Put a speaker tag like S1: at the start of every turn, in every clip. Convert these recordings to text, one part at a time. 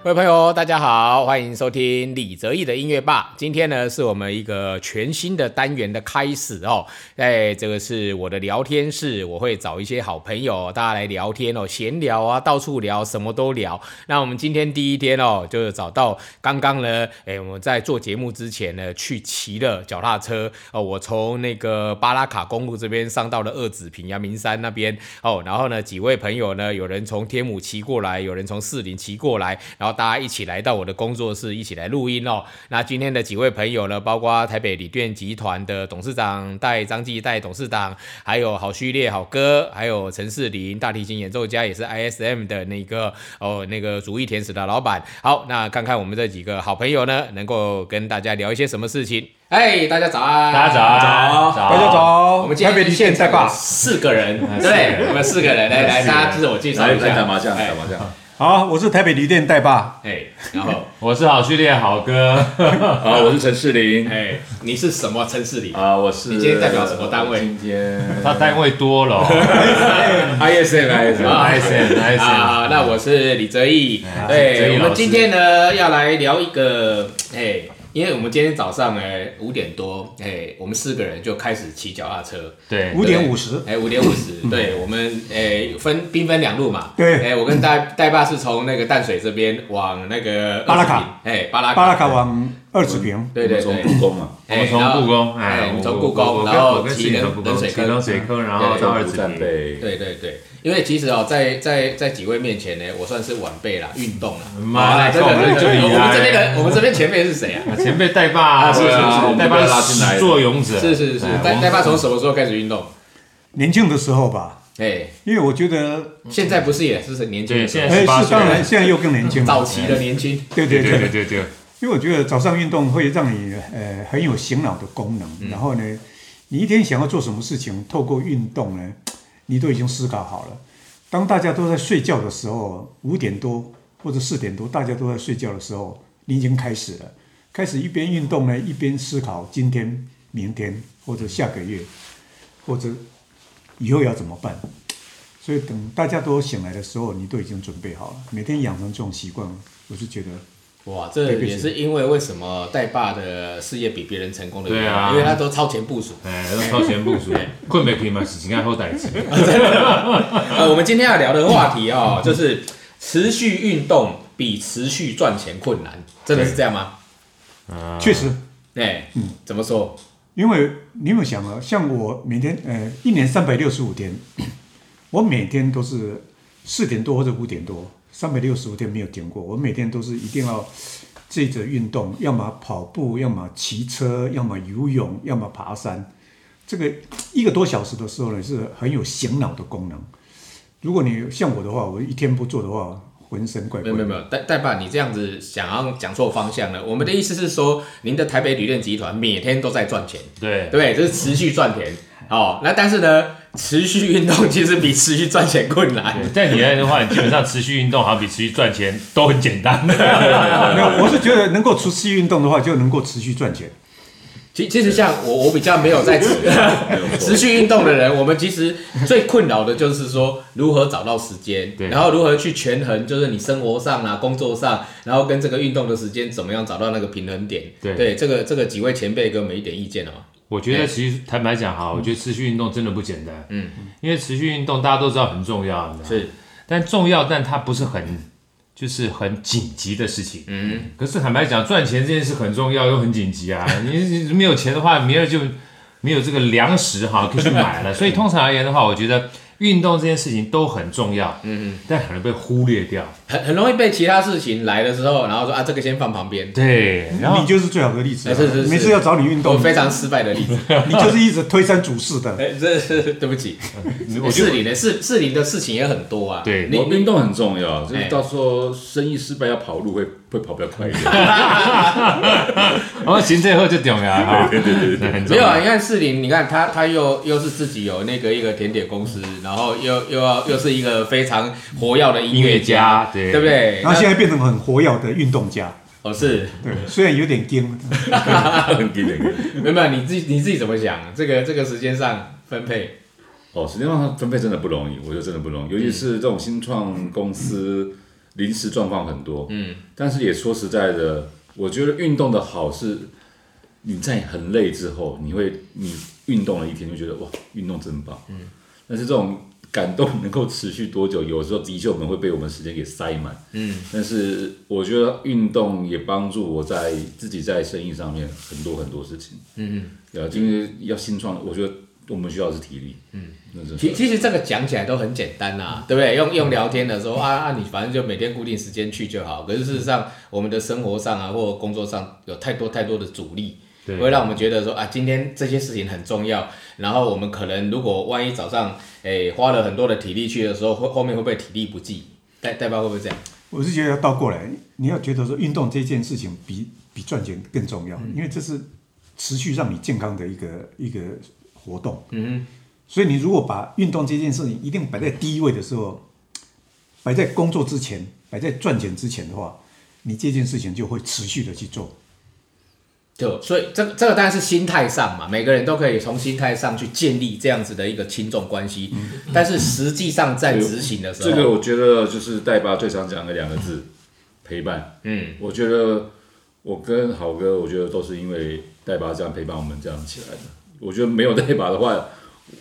S1: 各位朋友，大家好，欢迎收听李泽义的音乐吧。今天呢，是我们一个全新的单元的开始哦。哎，这个是我的聊天室，我会找一些好朋友，大家来聊天哦，闲聊啊，到处聊，什么都聊。那我们今天第一天哦，就是找到刚刚呢，哎，我们在做节目之前呢，去骑了脚踏车哦，我从那个巴拉卡公路这边上到了二子坪阳明山那边哦，然后呢，几位朋友呢，有人从天母骑过来，有人从士林骑过来，然后。大家一起来到我的工作室，一起来录音哦。那今天的几位朋友呢，包括台北锂电集团的董事长戴张继戴董事长，还有好序列好哥，还有陈世林大提琴演奏家，也是 ISM 的那个哦那个如意甜食的老板。好，那看看我们这几个好朋友呢，能够跟大家聊一些什么事情。哎，大家早安！
S2: 大家早安，
S3: 大家早，
S1: 我们今天
S3: 台北离线在挂。
S2: 四个 人，
S1: 对，我们四个人来来，大家自我介绍
S4: 来
S1: 一
S4: 来打
S1: 下。
S4: 麻将，
S1: 哎
S4: 打麻将。
S3: 好，我是台北离店代爸，
S1: 哎，然后
S2: 我是好序列好哥，
S4: 好，啊我是陈世林。
S1: 哎，你是什么城市里？
S4: 啊，我是。
S1: 你今天代表什么单位
S4: 今天
S2: 他单位多了哦
S4: ISM ISM。
S2: ，nice and nice
S1: 啊
S2: and，，
S1: 那我是李泽义。
S4: 啊
S2: 泽
S1: 对，我
S2: 义
S1: 们
S2: 老师
S1: 今天呢要来聊一个，哎，因为我们今天早上哎五点多，哎，我们四个人就开始骑脚踏车。
S2: 对，
S3: 五点五十，
S1: 哎，五点五 十，对我们哎分兵分两路嘛。
S3: 对
S1: 哎，我跟戴戴爸是从那个淡水这边往那个
S3: 巴拉卡
S1: 二十坪，哎，巴拉
S3: 巴拉卡。往二子坪，
S1: 对对
S4: 我
S1: 对
S4: 们，从故宫啊，
S2: 我
S1: 哎
S2: 们从
S1: 然后
S2: 故宫，
S1: 哎，我们从故
S2: 我
S1: 宫，
S2: 跟
S1: 然
S2: 我
S1: 后
S2: 跟
S1: 骑
S2: 西
S1: 冷
S2: 从故宫
S1: 冷水
S2: 骑
S1: 坑
S2: 冷，水坑，然后
S1: 对
S2: 到二子
S4: 战
S2: 坪，
S4: 备。
S1: 对对对，因为其实哦，在在在几位面前呢，我算是晚辈啦，运动啦。
S2: 妈
S1: 真的真的，
S2: 就你
S1: 我
S2: 啊
S1: 们这边的我们这边前辈是谁啊？
S2: 前辈带爸，
S4: 是是是
S2: 带爸
S4: 拉进来
S2: 始作俑者，
S1: 是是是，
S2: 哎
S1: 戴
S2: 我
S1: 戴爸从什么时候开始运动？
S3: 年轻的时候吧，
S1: 哎，
S3: 因为我觉得，
S1: 现在不是也是很年轻的
S2: 对，
S1: 时候，
S2: 现在
S3: 哎，
S2: 十八
S3: 是
S2: 岁
S3: 当
S2: 了
S3: 然，，现在又更年轻
S1: 早
S3: 了，
S1: 期的年轻。
S3: 对
S2: 对
S3: 对
S2: 对对对
S3: 对，
S2: 对，
S3: 因为我觉得早上运动会让你呃很有醒脑的功能，然后呢，你一天想要做什么事情，透过运动呢，你都已经思考好了。当大家都在睡觉的时候，五点多或者四点多，大家都在睡觉的时候，你已经开始了，开始一边运动呢，一边思考今天、明天或者下个月，或者以后要怎么办。所以等大家都醒来的时候，你都已经准备好了。每天养成这种习惯，我是觉得
S1: 哇，这也是因为为什么戴爸的事业比别人成功的原因，
S2: 对啊
S1: 因为他都超前部署。
S2: 哎，都超前部署，困没困嘛，是情感后代志，
S1: 呃，我们今天要聊的话题哦，就是持续运动比持续赚钱困难，真的是这样吗？
S2: 啊
S3: 确实。
S1: 哎，怎么说？
S3: 因为你有没有想啊，像我每天呃一年三百六十五天， 我每天都是四点多或者五点多，三百六十五天没有停过。我每天都是一定要这着运动，要么跑步，要么骑车，要么游泳，要么爬山。这个一个多小时的时候呢，是很有醒脑的功能。如果你像我的话，我一天不做的话，浑身怪
S1: 没
S3: 怪
S1: 有
S3: 的。
S1: 没有没有，代代爸，你这样子想要讲错方向了。我们的意思是说，您的台北旅店集团每天都在赚钱，
S2: 对，
S1: 对，这是持续赚钱。哦，那但是呢，持续运动其实比持续赚钱困难。
S2: 对在你来的话，你基本上持续运动好像比持续赚钱都很简单。
S3: 没有，我是觉得能够持续运动的话，就能够持续赚钱。
S1: 其其实像我，我比较没有在持 持续运动的人，我们其实最困扰的就是说如何找到时间，
S2: 对
S1: 然后如何去权衡，就是你生活上啊、工作上，然后跟这个运动的时间怎么样找到那个平衡点。
S2: 对
S1: 这个这个几位前辈给我们一点意见哦了吗？
S2: 我觉得其实坦白讲哈，我觉得持续运动真的不简单。哎嗯，因为持续运动大家都知道很重要，你知道吗
S1: 是，
S2: 但重要，但它不是很就是很紧急的事情。
S1: 嗯，
S2: 可是坦白讲，赚钱这件事很重要又很紧急 啊。你你 嗯没有钱的话，明儿就没有这个粮食哈可以去买了。所以通常而言的话，我觉得运动这件事情都很重要，嗯嗯，但很容易被忽略掉。
S1: 很很容易被其他事情来的时候，然后说啊，这个先放旁边，
S2: 对，然后
S3: 你就是最好的例子啊、
S1: 哎是是是
S3: 每次要找你运
S1: 我
S3: 动，
S1: 非常失败的例 子。
S3: 你就是一直推三阻四的。
S1: 哎，这是对不起，
S2: 我觉
S1: 四
S2: 得
S1: 零的四四零的事情也很多啊。
S2: 对
S1: 你
S4: 我运动很重要，就
S1: 哎
S4: 是到时候生意失败要跑路会会跑比较快一 点。
S2: 然后哦行政后就懂了啊，对对对对，很重
S1: 没有
S2: 要。
S1: 啊，你看四零，你看他他又又是自己有那个一个甜点公司，然后又又要又是一个非常活跃的音乐
S2: 音乐家对
S1: 对不对？
S3: 然后
S1: 那
S3: 现在变成很活跃的运动家，
S1: 哦是，
S3: 对，虽然有点惊，
S4: 很低能
S1: 没有没有，你自己你自己怎么想？这个这个时间上分配，
S4: 哦，时间上分配真的不容易，我觉得真的不容易，尤其是这种新创公司，临时状况很多。嗯，但是也说实在的，我觉得运动的好是，你在很累之后，你会你运动了一天就觉得哇，运动真棒。嗯，但是这种感动能够持续多久，有时候的确我们会被我们时间给塞满。嗯，但是我觉得运动也帮助我在自己在生意上面很多很多事情。嗯嗯，啊，因为要新创，我觉得我们需要的是体力。嗯，那真
S1: 其
S4: 是。
S1: 其实这个讲起来都很简单啦，对不对？用用聊天的时候啊啊，你反正就每天固定时间去就好。可是事实上，我们的生活上啊，或工作上有太多太多的阻力，
S2: 对
S1: 会让我们觉得说啊，今天这些事情很重要。然后我们可能如果万一早上诶、花了很多的体力去的时候，会后面会不会体力不济？代代爸会不会这样？
S3: 我是觉得要倒过来，你要觉得说运动这件事情比比赚钱更重要，因为这是持续让你健康的一个一个活动。嗯，所以你如果把运动这件事情一定摆在第一位的时候，摆在工作之前，摆在赚钱之前的话，你这件事情就会持续的去做。
S1: 就所以这个这个当然是心态上嘛，每个人都可以从心态上去建立这样子的一个轻重关系。但是实际上在执行的时候，
S4: 嗯这个我觉得就是代爸最常讲的两个字，陪伴。
S1: 嗯，
S4: 我觉得我跟好哥，我觉得都是因为代爸这样陪伴我们这样起来的。我觉得没有代爸的话，我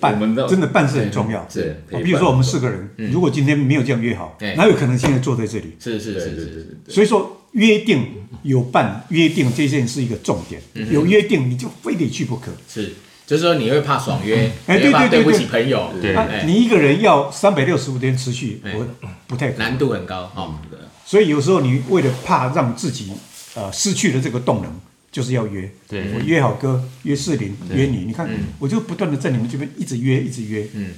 S3: 办
S4: 们的
S3: 真的办事很重要。
S4: 是
S3: 啊
S4: 陪
S3: 比如
S4: 伴嗯
S3: 说我们四个人，如果今天没有这样约好
S1: 对，
S3: 哪有可能现在坐在这里？
S1: 是是
S4: 对
S1: 是
S4: 对对
S1: 是，
S4: 对对，
S3: 所以说约定有办，约定这件是一个重点。
S4: 嗯
S3: 有约定你就非得去不可。
S1: 是，就是说你会怕爽约，
S3: 哎
S1: 你会怕
S3: 对对对
S1: 不
S3: 对
S1: 起朋友，
S2: 对
S3: 啊
S1: 哎，
S3: 你一个人要三百六十五天持续，
S1: 哎
S3: 我不太可能。
S1: 难度很高哦。
S4: 对
S3: 所以有时候你为了怕让自己呃失去了这个动能，就是要约。
S2: 对
S3: 我约好哥，约世林，约你。你看，我就不断的在你们这边一直约，一直约。嗯，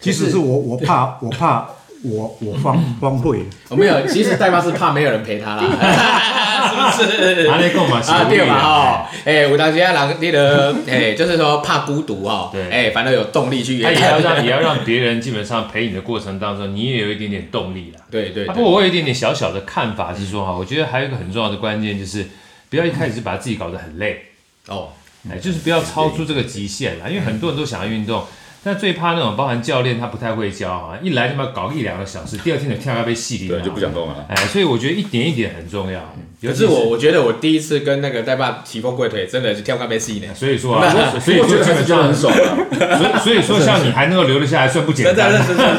S3: 其实是我我怕我怕我我荒荒废了。
S1: 我没有，其实代爸是怕没有人陪他啦， 是不是？
S2: 阿内贡嘛，
S1: 啊，对嘛
S2: 哦，
S1: 哦，哎，有当时啊，人那个，哎，就是说怕孤独哦，
S2: 对
S1: 哎，反正有动力去
S2: 他
S1: 约
S2: 也要让也要让别人基本上陪你的过程当中，你也有一点点动力啦。
S1: 对对
S2: 啊
S1: 对
S2: 不过我有一点点小小的看法是说哈，我觉得还有一个很重要的关键就是，不要一开始就把自己搞得很累，
S1: 哦，
S4: 嗯
S2: 哎，就是不要超出这个极限啦。因为很多人都想要运动，但最怕那种包含教练他不太会教啊，一来就把他搞一两个小时，第二天就跳到被戏里
S4: 对，就不想动了。
S2: 哎，所以我觉得一点一点很重要。尤
S1: 可
S2: 其
S1: 是我，我觉得我第一次跟那个代爸起风跪腿，真的是跳干杯戏呢，
S2: 所以说啊， 所以
S4: 我觉
S2: 说
S4: 得
S2: 基
S4: 还
S2: 本
S4: 是觉得
S2: 上
S4: 很，爽啊。
S2: 所以所以说像你还能够留得下来，算不简
S1: 真
S2: 单
S1: 的。是是是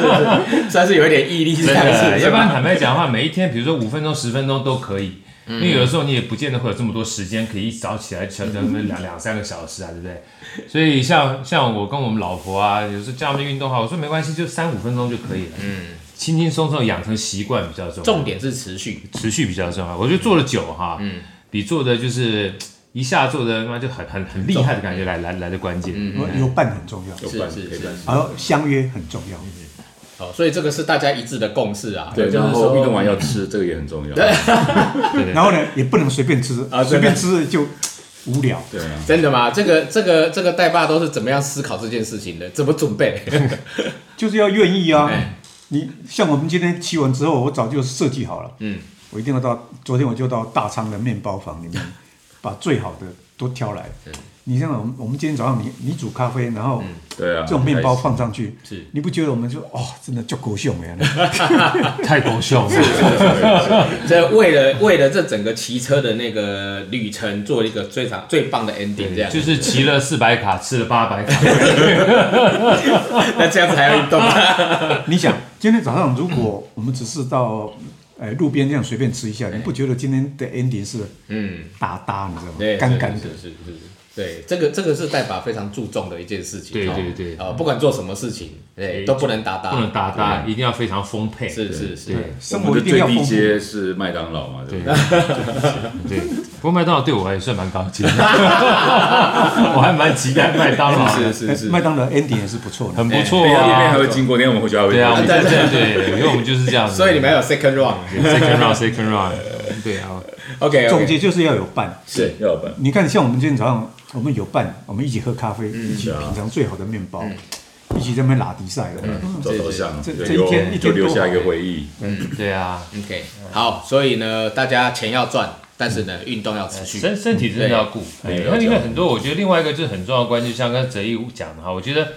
S1: 是是， 算是有一点毅力
S2: 真
S1: 这样
S2: 的，
S1: 子，
S2: 要
S1: 是
S2: 不
S1: 吧
S2: 然坦白讲的话，每一天，比如说五分钟、十分钟都可以，因为有的时候你也不见得会有这么多时间可以一早起来调整那么两两三个小时啊，对不对？所以像像我跟我们老婆啊，有时候叫他们运动的话，我说没关系，就三五分钟就可以了，嗯，轻轻松松养成习惯比较重要，
S1: 重点是持续，
S2: 持续比较重要。我觉得做的久哈，嗯，比做的就是一下做的那就很很很厉害的感觉来来来的关键，嗯，
S3: 呃有伴很重要，
S4: 有
S1: 是
S4: 伴
S1: 是
S4: 陪
S1: 是
S4: 伴。
S3: 还有相约很重要。
S1: 哦，所以这个是大家一致的共识啊，
S4: 对，
S1: 就是
S4: 然
S1: 说
S4: 后运动完要吃，这个也很重要。
S2: 对
S3: 然后呢，也不能随便吃
S1: 啊，真的
S3: 随便吃就无聊。
S4: 对啊，
S1: 真的吗？这个这个这个带爸都是怎么样思考这件事情的？怎么准 备？
S3: 就是要愿意啊
S1: 哎。
S3: 你像我们今天骑完之后，我早就设计好了，
S1: 嗯，
S3: 我一定要到昨天我就到大昌的面包房里面，把最好的都挑来。你像我们我们今天早上你你煮咖啡，然后
S4: 对啊。
S3: 这种面包放上去，
S4: 嗯
S1: 是
S3: 你不觉得我们就哦真的就狗熊哎，
S2: 太高效了。
S1: 这为了为了这整个骑车的那个旅程做一个最长最棒的 ending，这样
S2: 就是骑了四百卡，吃了八百卡，
S1: 那这样子还要运动吗？
S3: 你想今天早上如果我们只是到呃路边这样随便吃一下，你不觉得今天的 ending 是
S1: 嗯，
S3: 大搭你知道吗？
S1: 对，
S3: 干干的
S1: 是，是是是，对，这个这个是代把非常注重的一件事情。
S2: 对
S1: 哦
S2: 对对
S1: 呃，不管做什么事情，对，
S2: 对嗯
S1: 都不能达到，
S2: 不能搭搭，一定要非常丰沛。
S1: 啊是是是
S2: 对
S3: 生
S4: 我
S3: 活
S4: 们
S3: 一
S4: 的
S3: 定
S4: 最
S3: 要丰
S4: 低
S3: 富。
S4: 阶是麦当劳嘛，对不对？
S2: 对，不过麦当劳对我还算蛮高级的， 我还蛮期待麦当劳的，
S4: 是是是，
S3: 哎麦当劳 Andy 也是不错的，
S2: 很不错
S4: 对啊，那边
S2: 啊
S1: 哎
S4: 还。会经过，那天我们回去还会
S2: 对啊，我
S4: 经
S2: 们
S4: 过。
S2: 对对对，因为我们就是这样子。
S1: 所以你们还有 second round。
S2: second round second round，对啊，
S1: OK，
S3: 总结就是要有伴。
S4: 是要不然
S3: 你看，像我们今天早上，我们有伴，我们一起喝咖啡，
S1: 嗯
S3: 一起
S4: 是啊
S3: 品尝最好的面包，一起在那边拉迪赛的。
S1: 嗯
S4: 走头像，
S3: 这
S4: 就
S3: 这一天一天
S4: 就留下一个
S3: 多好
S4: 回忆。
S2: 对啊，
S1: OK，好，所以呢，大家钱要赚，但是呢，运动要持续。
S2: 身身体真的要顾。
S4: 对
S2: 对那因为很多，我觉得另外一个就是很重要的关键，就像刚才哲毅讲的哈，我觉得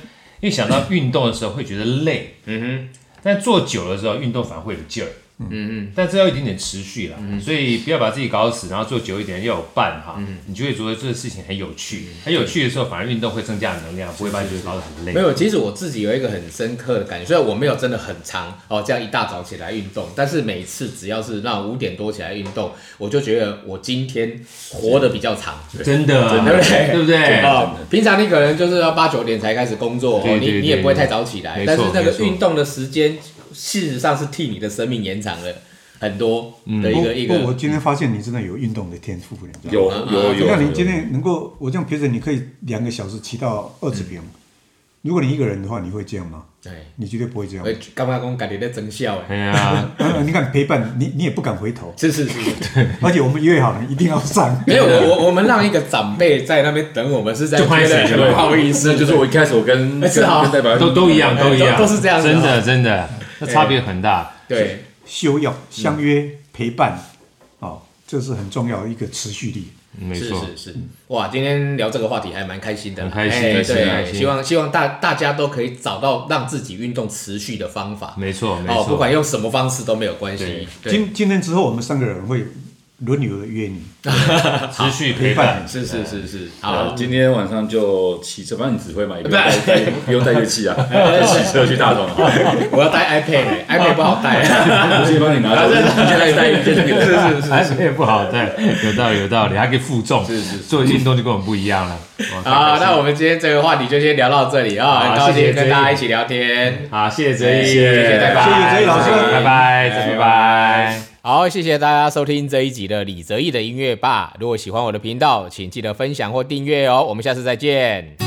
S2: 一想到运动的时候会觉得累，嗯哼，但做久了之后，运动反而会有劲儿。嗯嗯，但这要一点点持续啦，所以不要把自己搞死，然后做久一点，要有伴哈，你就会觉得这个事情很有趣，很有趣的时候，反而运动会增加能量，不会把你觉得搞得很累
S1: 没。有，其实我自己有一个很深刻的感觉，虽然我没有真的很长哦，这样一大早起来运动，但是每次只要是让我五点多起来运动，我就觉得我今天活得比较长，
S2: 真的，
S1: 对不对？
S2: 对不对？
S1: 哦，平常你可能就是要八九点才开始工作，哦
S2: 对对
S1: 你
S2: 对
S1: 你也不会太早起来，
S2: 没
S1: 但
S2: 错
S1: 是那
S2: 没
S1: 个
S2: 错
S1: 运动的时间，事实上是替你的生命延长了很多
S2: 嗯
S1: 的一
S3: 嗯不
S1: 个一
S3: 不，我
S1: 个。
S3: 今天发现你真的有运动的天赋，你知道吗
S4: 有有
S3: 你
S4: 有，
S3: 看你
S4: 有
S3: 今天能够，我这样陪着你可以两个小时骑到二
S1: 嗯
S3: 十平。如果你一个人的话，你会这样吗？
S1: 哎，
S3: 你绝对不会这样
S1: 我。刚刚讲感觉在增效哎，。
S2: 哎呀，
S3: 呃你看陪伴你，你也不敢回头
S1: 是是是是。
S3: 而且我们约好了，一定 要上。
S1: 没有，我我我们让一个长辈在那边等我们，是在
S2: 就换一
S1: 觉得
S2: 谁
S1: 很不好意
S4: 那
S1: 思，
S4: 就是我一开始我跟
S1: 哎
S4: 跟
S1: 是啊
S4: 跟代表
S2: 都都一样，
S1: 哎
S2: 都一样，
S1: 都都是这样子
S2: 真
S1: 啊
S2: 的真的，那差别很大。
S1: 对，
S3: 修养、相约、陪伴，哦，这是很重要的一个持续力。
S2: 嗯没
S1: 是
S2: 错，
S1: 是是，哇，今天聊这个话题还蛮开心的啦，
S2: 很开心
S1: 哎
S2: 开心开
S1: 对，
S2: 心
S1: 希望希望大大家都可以找到让自己运动持续的方法，
S2: 没错没
S1: 哦，不
S2: 错。
S1: 管用什么方式都没有关系，对，
S3: 今今天之后，我们三个人会轮流的约你，
S2: 持续陪
S3: 陪伴
S2: 伴
S3: 你。
S1: 是是是是，
S4: 好
S1: 好，，
S4: 呃今天晚上就骑车，反正你指挥嘛，也不用带带不用带乐器 啊，骑车去 大同，
S1: 我要带 iPad，iPad 不好带，
S4: 我先帮你拿走，你先来带一件给他。
S1: 是是是。
S2: 哎，也不好，对，有道理有道理，还可以负重，是是，做运动就跟我们不一样了。
S1: 好，那
S2: 我
S1: 我们今天这个话题就先聊到这里啊，很高
S2: 好谢谢
S1: 兴跟大家
S2: J
S1: 一起聊天，
S2: 好，谢谢哲毅，
S1: 谢谢拜拜
S3: 谢谢哲毅老师
S2: 拜拜，拜拜。
S1: 好，谢谢大家收听这一集的李泽毅的音乐吧。如果喜欢我的频道，请记得分享或订阅哦。我们下次再见。